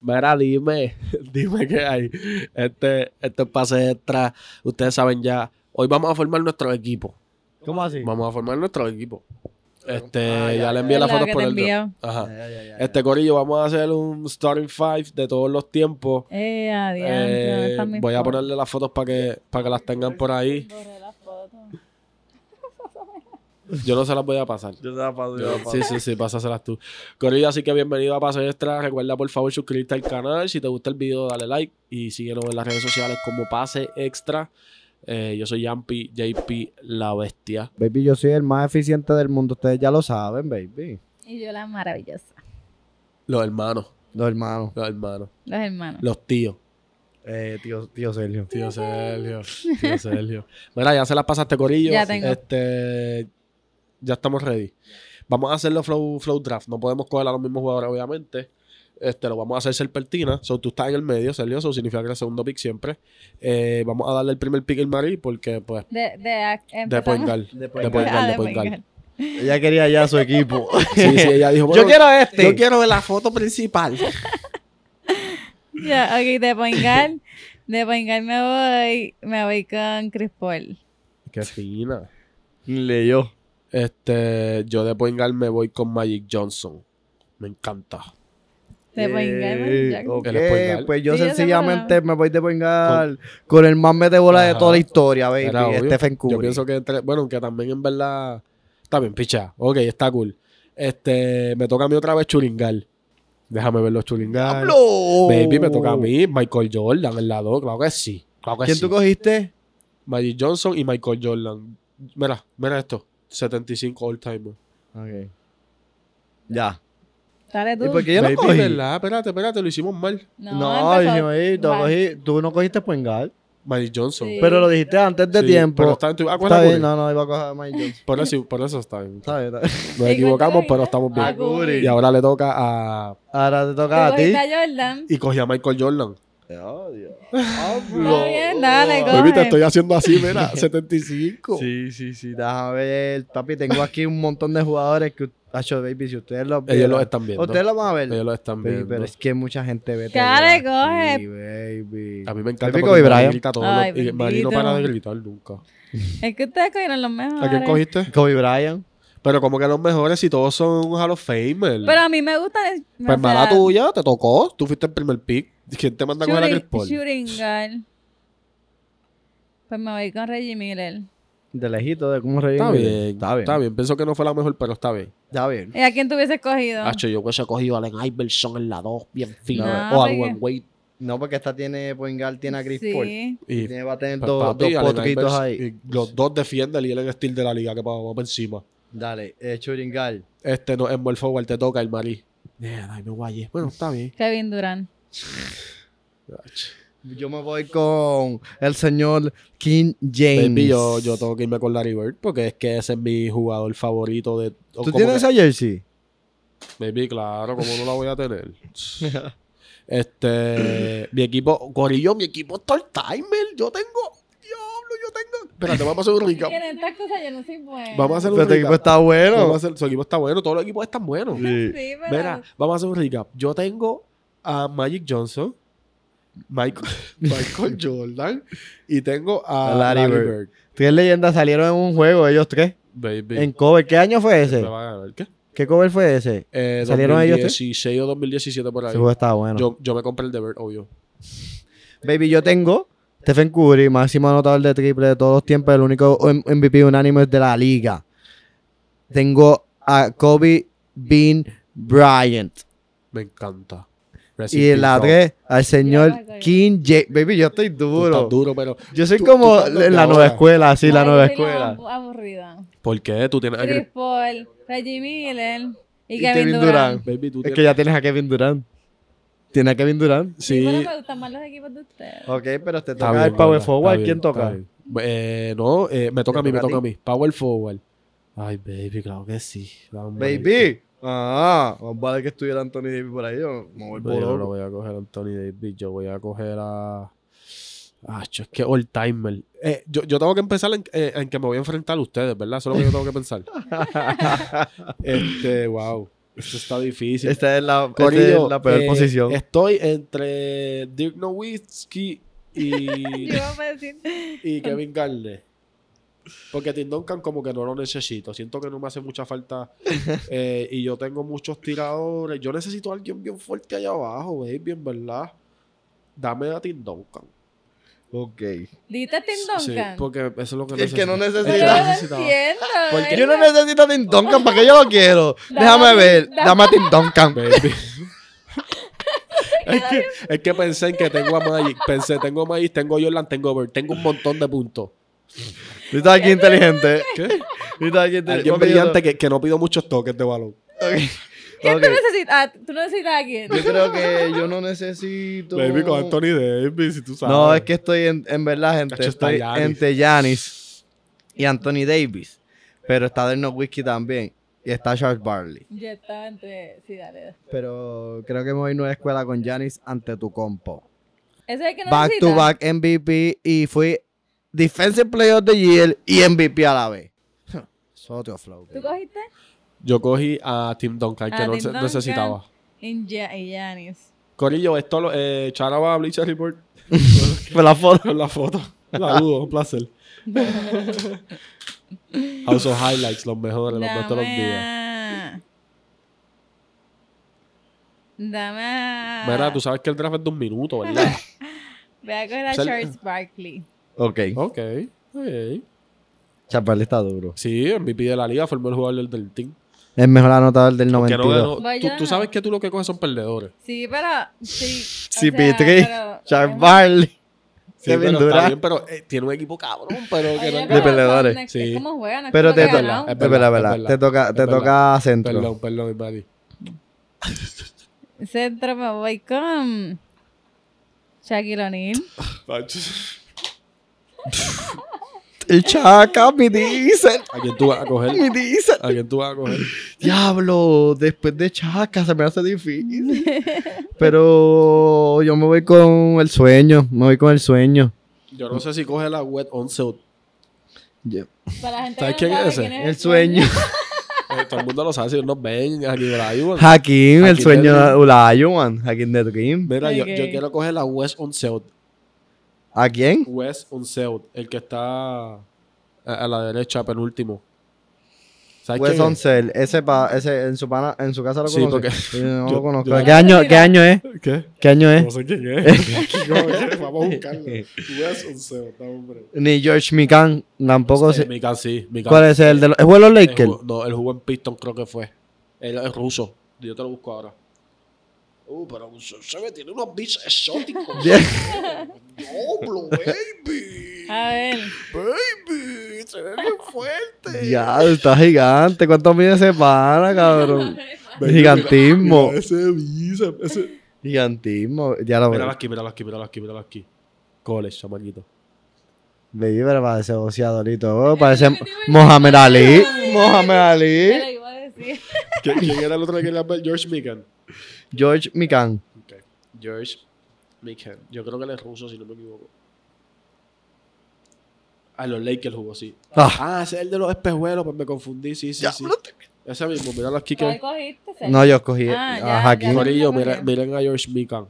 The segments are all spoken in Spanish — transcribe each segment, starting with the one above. Mira, dime, dime qué hay. Este, este es pase extra. Ustedes saben ya. Hoy vamos a formar nuestro equipo. ¿Cómo así? Vamos a formar nuestro equipo. Este, Ah, ya, ya, le ya. envié las Es la fotos que por te el dro- envío. Ajá. Ya, ya, ya, ya. Este corillo, vamos a hacer un starting five de todos los tiempos. Eh, adiós. Eh, voy a ponerle las fotos para que, para que las tengan por ahí. Yo no se las voy a pasar. Yo te la paso, yo te la paso. Sí, sí, sí, pásaselas tú. Corillo, así que bienvenido a Pase Extra. Recuerda, por favor, suscribirte al canal. Si te gusta el video, dale like y síguenos en las redes sociales como Pase Extra. Eh, yo soy Yampi, JP, la bestia. Baby, yo soy el más eficiente del mundo. Ustedes ya lo saben, baby. Y yo la maravillosa. Los hermanos, Los hermanos. los hermanos, Los hermanos. los tíos. Eh, tío, tío Sergio. Tío Sergio, tío Sergio. Mira, ya se las pasaste, Corillo. Ya tengo. Este, ya estamos ready. Vamos a hacerlo flow, flow draft. No podemos coger a los mismos jugadores, obviamente. Este, lo vamos a hacer serpentina. So, tú estás en el medio, Sergio. Eso significa que eres el segundo pick siempre. Eh, vamos a darle el primer pick al Mari porque, pues, De, de, a- de point empezamos. guard. Después. De point Ah, guard, de de point point guard. Ella quería ya su equipo. Sí, sí, ella dijo, bueno, yo quiero este. yo quiero ver la foto principal. Ya, ok, de point guard. De point guard me voy, me voy con Chris Paul. Qué fina. Leyó. Este, yo de point guard me voy con Magic Johnson. Me encanta. De point Eh, guard, Michael Jackson. Eh, Ok, Eres point guard. pues yo Sí, yo sé, sencillamente pero me voy de vengar con el más mete bola de Ajá. toda la historia, baby. Era obvio. Stephen Curry. Yo pienso que entre, bueno, aunque también en verdad está bien picha. Ok, está cool. Este, me toca a mí otra vez churingal. Déjame ver los churingal. ¡Hablo! Baby, me toca a mí, Michael Jordan, el lado, claro que sí. Claro que ¿Quién sí. tú cogiste? Magic Johnson y Michael Jordan. Mira, mira esto. 75 all time. Ok. Ya. Dale tú. ¿Y por qué yo no Baby, cogí? ¿verdad? Espérate, espérate, lo hicimos mal. No, empezó- yo, eh, no Vale. cogí- tú no cogiste Puengal. Magic Johnson. Sí. Pero lo dijiste antes de Sí, tiempo. Pero está, está en tu. Ah, ¿cuál es bien, Curry? no, no, iba a coger a Mike Johnson. por, eso, por eso está bien. Está bien, está bien. Nos ¿Y equivocamos, cuál te pero cogiste? estamos Ah, bien. Curry. Y ahora le toca a. Ahora te Tú toca a ti. cogiste a Jordan. Y cogí a Michael Jordan. Oh, Dios. Está bien, dale, coge. Baby, te estoy haciendo así, mira, 75. Sí, sí, sí. da- Déjame ver, papi, tengo aquí un montón de jugadores que, Acho, baby, si ustedes los ven. Ellos lo están viendo. Ustedes los van a ver. Ellos lo están Baby, viendo. pero es que mucha gente ve. Dale, todavía. coge. Sí, baby. A mí me encanta Baby porque Kobe Bryant. grita todo. Ay, y Mari no bendito. para de gritar nunca. Es que ustedes cogieron los mejores. ¿A quién cogiste? Kobe Bryant. Pero como que los mejores si todos son un Hall of Famer. Pero a mí me gusta. pues mala tuya, te tocó. Tú fuiste el primer pick. ¿Quién te manda a coger a Chris Paul? Shooting guard. Pues me voy con Reggie Miller. De lejito, de cómo reír. Está bien, Está bien. Pienso que no fue la mejor, pero está bien. Está bien. ¿Y a quién te hubieses cogido? Hacho, yo hubiese cogido a Allen Iverson en la 2, bien fino. No, o a porque- Dwayne Wade. No, porque esta tiene Poingal, tiene a Chris sí. Paul. Y Y, tiene- va a tener pues, dos, papi, dos Allen potritos Iverson- ahí. y los dos defienden y él en estilo de la liga que vamos por encima. Dale, eh, Churingal. Este no, en World Forward te toca el marí. Nena, ay, me guayé. Bueno, está bien. Kevin Durant. Yo me voy con el señor King James. Baby, yo, yo tengo que irme con Larry Bird porque es que ese es mi jugador favorito de. o ¿Tú como tienes que- esa jersey? Baby, claro, ¿cómo no la voy a tener? este. mi equipo, Corillo, mi equipo es all timer. Yo tengo. Diablo, yo tengo. Espérate, vamos a hacer un recap. en estas cosas yo no soy buena. Vamos a hacer un Pero tu equipo recap. está Vamos a bueno. hacer- Su equipo está bueno, todos los equipos están buenos. Sí, pero... Mira, vamos a hacer un recap. Yo tengo a Magic Johnson, Michael, Michael Jordan y tengo a Larry, Larry Bird. Bird. Tres leyendas salieron en un juego, ellos tres. Baby. En cover. ¿Qué año fue ¿Me ese? va a ganar? ¿Qué? ¿Qué cover fue ese? Eh, ¿Salieron ellos tres? 2016 o 2017 por ahí. Ese juego estaba bueno. yo, yo me compré el de Bird, obvio. Baby, yo tengo Stephen Curry, máximo anotador de triple de todos los tiempos, el único M- MVP unánime de la liga. Tengo a Kobe Bean Bryant. Me encanta. Rest Y in en la peace, 3, al Ya, ya, ya. señor King James. Baby, yo estoy bro. Tú duro. estás duro, pero Yo soy Tú- tú como estás en la loco nueva ahora. escuela, sí, la Ay, nueva yo soy la escuela. más Aburrida. ¿por qué? Tú tienes a Chris Chris- Paul, Reggie Miller y Y Kevin, Kevin Durant. Durant. Baby, tú Es tienes. que ya tienes a Kevin Durant. Tienes a Kevin Durant. Sí, sí. pero me gustan más los equipos de ustedes. Ok, pero te Está toca bien, el Power está Forward. bien, ¿Quién está toca? bien. Eh, no, eh, me toca a mí, ¿Te me toca a toca a ti? mí. Power Forward. Ay, baby, claro que sí. Vamos, Baby. Ah, más vale que estuviera Anthony Davis por ahí. Yo me Yo vuelvo no lo loco. voy a coger a Anthony Davis, yo voy a coger a. Ah, cho, es que all timer. Eh, yo, yo tengo que empezar en, eh, en que me voy a enfrentar a ustedes, ¿verdad? Eso es lo que yo tengo que pensar. este, wow. Esto está difícil. Esta Este es la, esta Corillo, es la peor eh, posición. Estoy entre Dirk Nowitzki y, Yo iba a decir. y Kevin Garnett. Porque Tim Duncan como que no lo necesito. Siento que no me hace mucha falta. eh, y yo tengo muchos tiradores. Yo necesito a alguien bien fuerte allá abajo, baby, en verdad. Dame a Tim Duncan. Ok. Dita Tim Sí, Duncan. porque eso es lo que El que no Pero necesita. no necesitaba. entiendo. ¿eh? Porque ¿verdad? yo no necesito a Tim Duncan, ¿para qué yo lo quiero? Dame- Déjame ver, dame- dame a Tim Duncan. Baby. es, que, es que pensé en que tengo a Magic. Pensé, tengo a Magic, tengo a Jordan, tengo a Bird. Tengo un montón de puntos. Tú estás aquí inteligente. ¿Qué? Tú estás aquí inteligente. Alguien brillante que, que no pido muchos toques de balón. ¿Quién tú necesitas? Ah, tú no necesitas a quién. Yo creo que yo no necesito. Baby, con Anthony Davis, si tú sabes. No, es que estoy en, en verdad, gente. Cacho, está estoy Giannis. entre Giannis y Anthony Davis. Pero está Derno Whiskey también. Y está Charles Barley. Ya estaba entre. Sí, dale. dale. Pero creo que me voy a ir a una escuela con Giannis ante tu compo. Ese es el que no Back necesitas. to back MVP y fui Defensive Player of the Year y MVP a la vez. Sotio Flow. ¿Tú cogiste? Yo cogí a Tim Duncan, que A no Tim se- Duncan. necesitaba. En Ja- y Giannis. Corillo, esto lo. Eh, Charaba Bleacher Report Por la foto. con la foto. La dudo, un placer. House of Highlights, los mejores, los mejores de los días. a- Dame a... Mira, tú sabes que el draft es de un minuto, ¿verdad? Voy a coger a Sal- Charles Barkley. Ok. ok, ok. Charles Barkley está duro. Sí, MVP de la liga, fue el mejor jugador del, del team. El mejor anotador del Que no 92. ganó- tú, Vaya. tú sabes que tú lo que coges son perdedores. Sí, pero... Sí, Sí, o sea, Pitri, pero- Charles Barkley. Sí, Kevin pero está Durant. bien, pero eh, tiene un equipo cabrón, pero que Oye, no... pero peleadores. son- es Sí. como juegan, es Pero como te que Es toca, verdad, ganaron. es es verdad, verdad, verdad. Te toca, te es verdad. toca centro. Perdón, perdón, Mari. Centro me voy con... Shaquille O'Neal. El Chaca, mi diésel, ¿A quién tú vas a mi coger? diésel. ¿A quién tú vas a coger? Diablo, después de Chaca se me hace difícil. Pero yo me voy con el sueño, me voy con el sueño. Yo no sé si coge la Wet 11 o... Yo- Para la gente ¿Sabes que no quién es sabe ese? quién es El sueño. Eh, Todo el mundo lo sabe, si nos ven, aquí Brian. Hakim, el Hakim sueño de- de Ulajuan. Hakim de Dream. Mira, yo, Ok. yo quiero coger la West Onseut. ¿A quién? West Onseut, el que está a, a la derecha, penúltimo. ¿Sabes Wes quién es? Onsell. Pues Ese, pa, ese en, su pana, en su casa lo Sí, conoce. porque- Sí, no yo- lo conozco. yo- ¿Qué año, ¿Qué año es? ¿Qué? ¿Qué año No es? sé quién es. Vamos a buscarlo. West Onseut, hombre. Ni George Mikan tampoco Eh, sé. Mikan sí, Mikan. ¿Cuál es el de los... ¿Es de los eh, El Lakers? jugó- no, el jugó en Piston creo que fue. Él es ruso. Yo te lo busco ahora. Uh, pero se me tiene unos bits exóticos. ¡Doblo, baby! A ver, ¡Baby! ¡Se ve bien fuerte! Ya, está gigante. ¿Cuánto mide ese pana, cabrón? Gigantismo. ese bíceps. Ese... Gigantismo. Ya lo Míralo aquí, míralo aquí, míralo aquí, míralo aquí. College, chamaquito. Baby, pero parece boxeadorito. oh, parece Mohamed Ali. Mohamed Ali. te lo iba a decir. ¿Quién, quién era el otro que quería ver? George Mikan. George Mikan. Ok. George Mikan. Yo creo que él es ruso, si no me equivoco. Ah, los Lakers jugó, sí. Ah, Ah, ese es el de los espejuelos, pues me confundí, sí, sí, sí. Ese mismo, míralo aquí ¿Cuál que... cogiste? Sergio? no, yo escogí Ah, a ya, Hakim. ya. Corillo, no, no, mira- no. miren a George Mikan.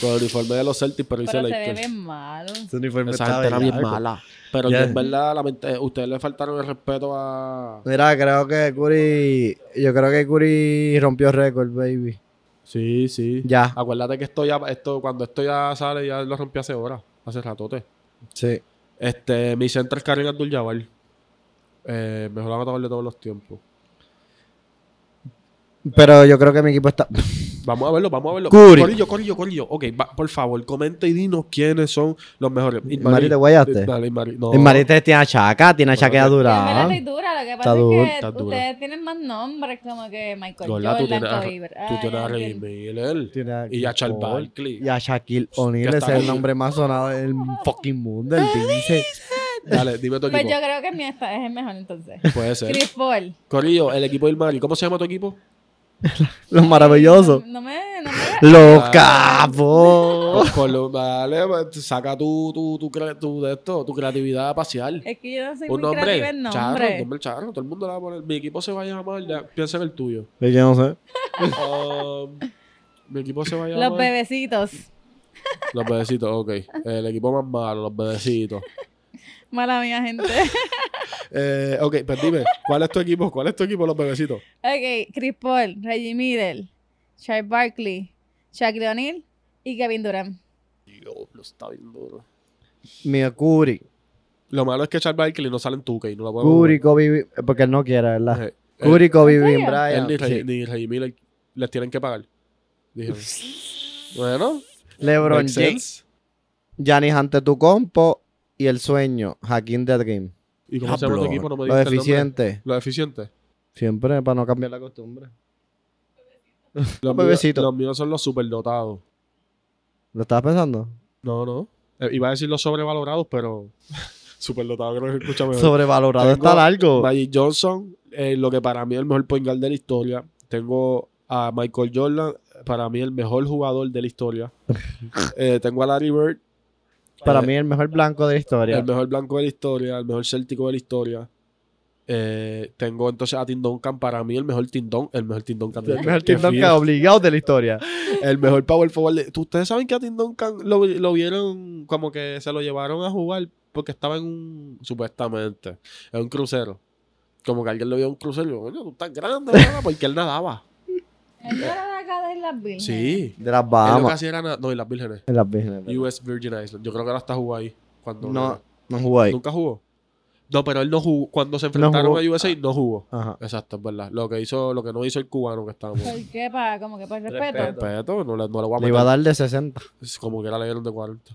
Con el uniforme de los Celtics, pero dice Pero se ve Lakers. bien malo. Su uniforme Esa estaba gente era bien bellaco. mala. Pero Ya. yo en verdad, lamente- ustedes le faltaron el respeto a... Mira, creo que Curry. Yo creo que Curry rompió récord, baby. Sí, sí. Ya. Acuérdate que esto ya, esto, cuando esto ya sale, ya lo rompí hace horas, hace ratote. Sí. Este, mi centro es Karim Abdul-Jabbar. Eh, mejor anotador de todos los tiempos. Pero yo creo que mi equipo está. Vamos a verlo, vamos a verlo. Curry. Corillo, corillo, corillo. Ok, va- por favor, comenta y dinos quiénes son los mejores. Ismael, ¿te guayaste? Dale, Ismael, no. El Marite tiene a Chaca, tiene a Chaca y a Bueno, Yo en verdad Durán. estoy dura, lo que ah, Está pasa dura, es que está dura. ustedes tienen más nombres como que Michael Gorla, tú Jordan, tienes a- Kobe Bryant. Tú tienes a Ay, Reggie Miller Tiene a- y a Charles Barkley. Y a Shaquille O'Neal, Que ese está es el ahí. nombre más sonado del fucking mundo. El dice. Dale, dime tu Pues equipo. yo creo que mi esta es el mejor entonces. Puede ser. Chris Paul. Corillo, el equipo de Ismael. ¿Cómo se llama tu equipo? Los maravillosos. No me, no me Los capos. Con- dale, pues, saca tu, tu, tu, cre- tu de esto, tu creatividad parcial. Es que yo no soy Un muy creativa nombre, en charro, un nombre. nombre charro, todo el mundo la va a poner. Mi equipo se va a llamar, ya, piensa en el tuyo. Es que no sé. Um, mi equipo se va a llamar. Los bebecitos. Los bebecitos, ok. El equipo más malo, los bebecitos. Mala mía, gente. Eh, ok, pues dime, ¿cuál es tu equipo? ¿Cuál es tu equipo, los bebecitos? ok, Chris Paul, Reggie Middle, Charles Barkley, Shaquille O'Neal y Kevin Durant. Dios, lo está bien duro. Mira, Curry. Lo malo es que Charles Barkley no sale en 2K, no la podemos Curry, ver. Kobe. Porque él no quiere, ¿verdad? Eh, él- Curry, Kobe, ¿En Bean, él serio? Bryant. ni, sí. Reggie- ni Reggie Miller les tienen que pagar. Dijeron. bueno, LeBron makes James. sense. Giannis ante tu compo. Y el sueño. Hakim the Dream. ¿Y cómo se llama tu Diablo. equipo? No me dijiste Lo el nombre. deficiente. Los eficientes. Siempre para no cambiar la costumbre. Los bebecitos. Míos, los míos son los superdotados. ¿Lo estabas pensando? No, no. Eh, iba a decir los sobrevalorados, pero superdotados creo que escucha mejor. Sobrevalorado Pues, Tengo- está largo. Magic Johnson, eh, lo que para mí es el mejor point guard de la historia. Tengo a Michael Jordan, para mí el mejor jugador de la historia. Eh, tengo a Larry Bird, Para eh, mí el mejor blanco de la historia. el mejor blanco de la historia, el mejor céltico de la historia. Eh, tengo entonces a Tim Duncan, para mí el mejor Tim Duncan, el mejor Tim Duncan. El mejor Tim Qué Duncan fino. obligado de la historia. El mejor power forward. de- ¿Tú- Ustedes saben que a Tim Duncan lo, lo vieron como que se lo llevaron a jugar porque estaba en un, supuestamente, en un crucero. Como que alguien lo vio en un crucero y dijo, coño, tú estás grande, ¿verdad?", porque él nadaba. ¿El de acá de las Virgen? Sí. De las Él lo que Bahamas. hacía era na- No, y las vírgenes. En las Vírgenes. ¿verdad? US Virgin Island. Yo creo que ahora está jugó ahí. Cuando No, no jugó ahí. ¿Nunca jugó? No, pero él no jugó. Cuando se enfrentaron jugó. Ah. a USA, no jugó. Ajá. Exacto, es verdad. Lo que hizo, lo que no hizo el cubano que estábamos. ¿Por qué? Para, como que para el respeto. Respeto. Respeto, no le, no le voy a Le meter. iba a dar de 60. Es Como que era leyeron de 40.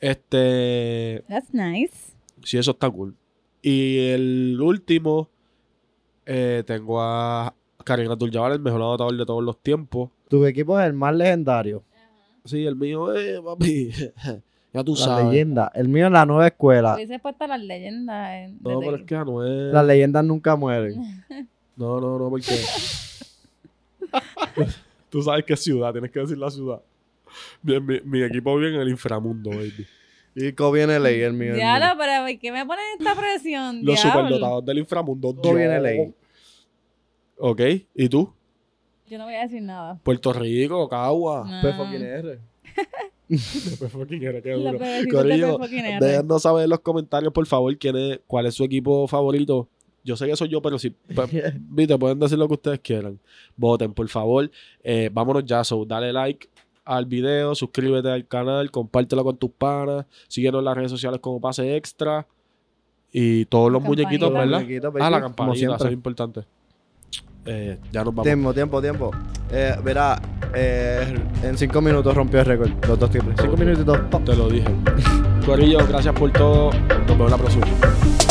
Este. That's nice. Sí, eso está cool. Y el último. eh, tengo a Karim Abdul-Jabbar, el mejor anotador de todos los tiempos. Tu equipo es el más legendario. Sí, el mío es, papi. ya tú La sabes. leyenda. El mío es la nueva escuela. Hubiese puesto las leyendas. en- No, desde pero es aquí. que Anuel. Las leyendas nunca mueren. No, no, no, porque. Tú sabes qué ciudad, tienes que decir la ciudad. Mi, mi- mi equipo vive en el inframundo, baby. Y Kobe en LA, el mío. el mío. Diablo, pero ¿por qué me ponen esta presión? Los diablo? superdotados del inframundo. Todo viene Dios. ley. Ok, ¿y tú? Yo no voy a decir nada. Puerto Rico, Cagua. Ah. Pues fucking R. Pues, fucking era, qué Los duro. bebecitos de Corillo, fucking R. déjenos saber en los comentarios, por favor, quién es, cuál es su equipo favorito. Yo sé que soy yo, pero si pa- viste, pueden decir lo que ustedes quieran. Voten, por favor. Eh, vámonos ya, so, dale like al video, suscríbete al canal, compártelo con tus panas, síguenos en las redes sociales como Pase Extra y todos los Campanita. muñequitos, Los ¿verdad? muñequitos, Ah, la baby, como campanita, eso es siempre. importante. Eh, ya nos vamos. Tiempo, tiempo, tiempo. Eh, verá, eh, en 5 minutos rompió el récord. Los dos triples. 5 minutitos. pop. Te lo dije. Corillo, gracias por todo. Nos vemos la próxima.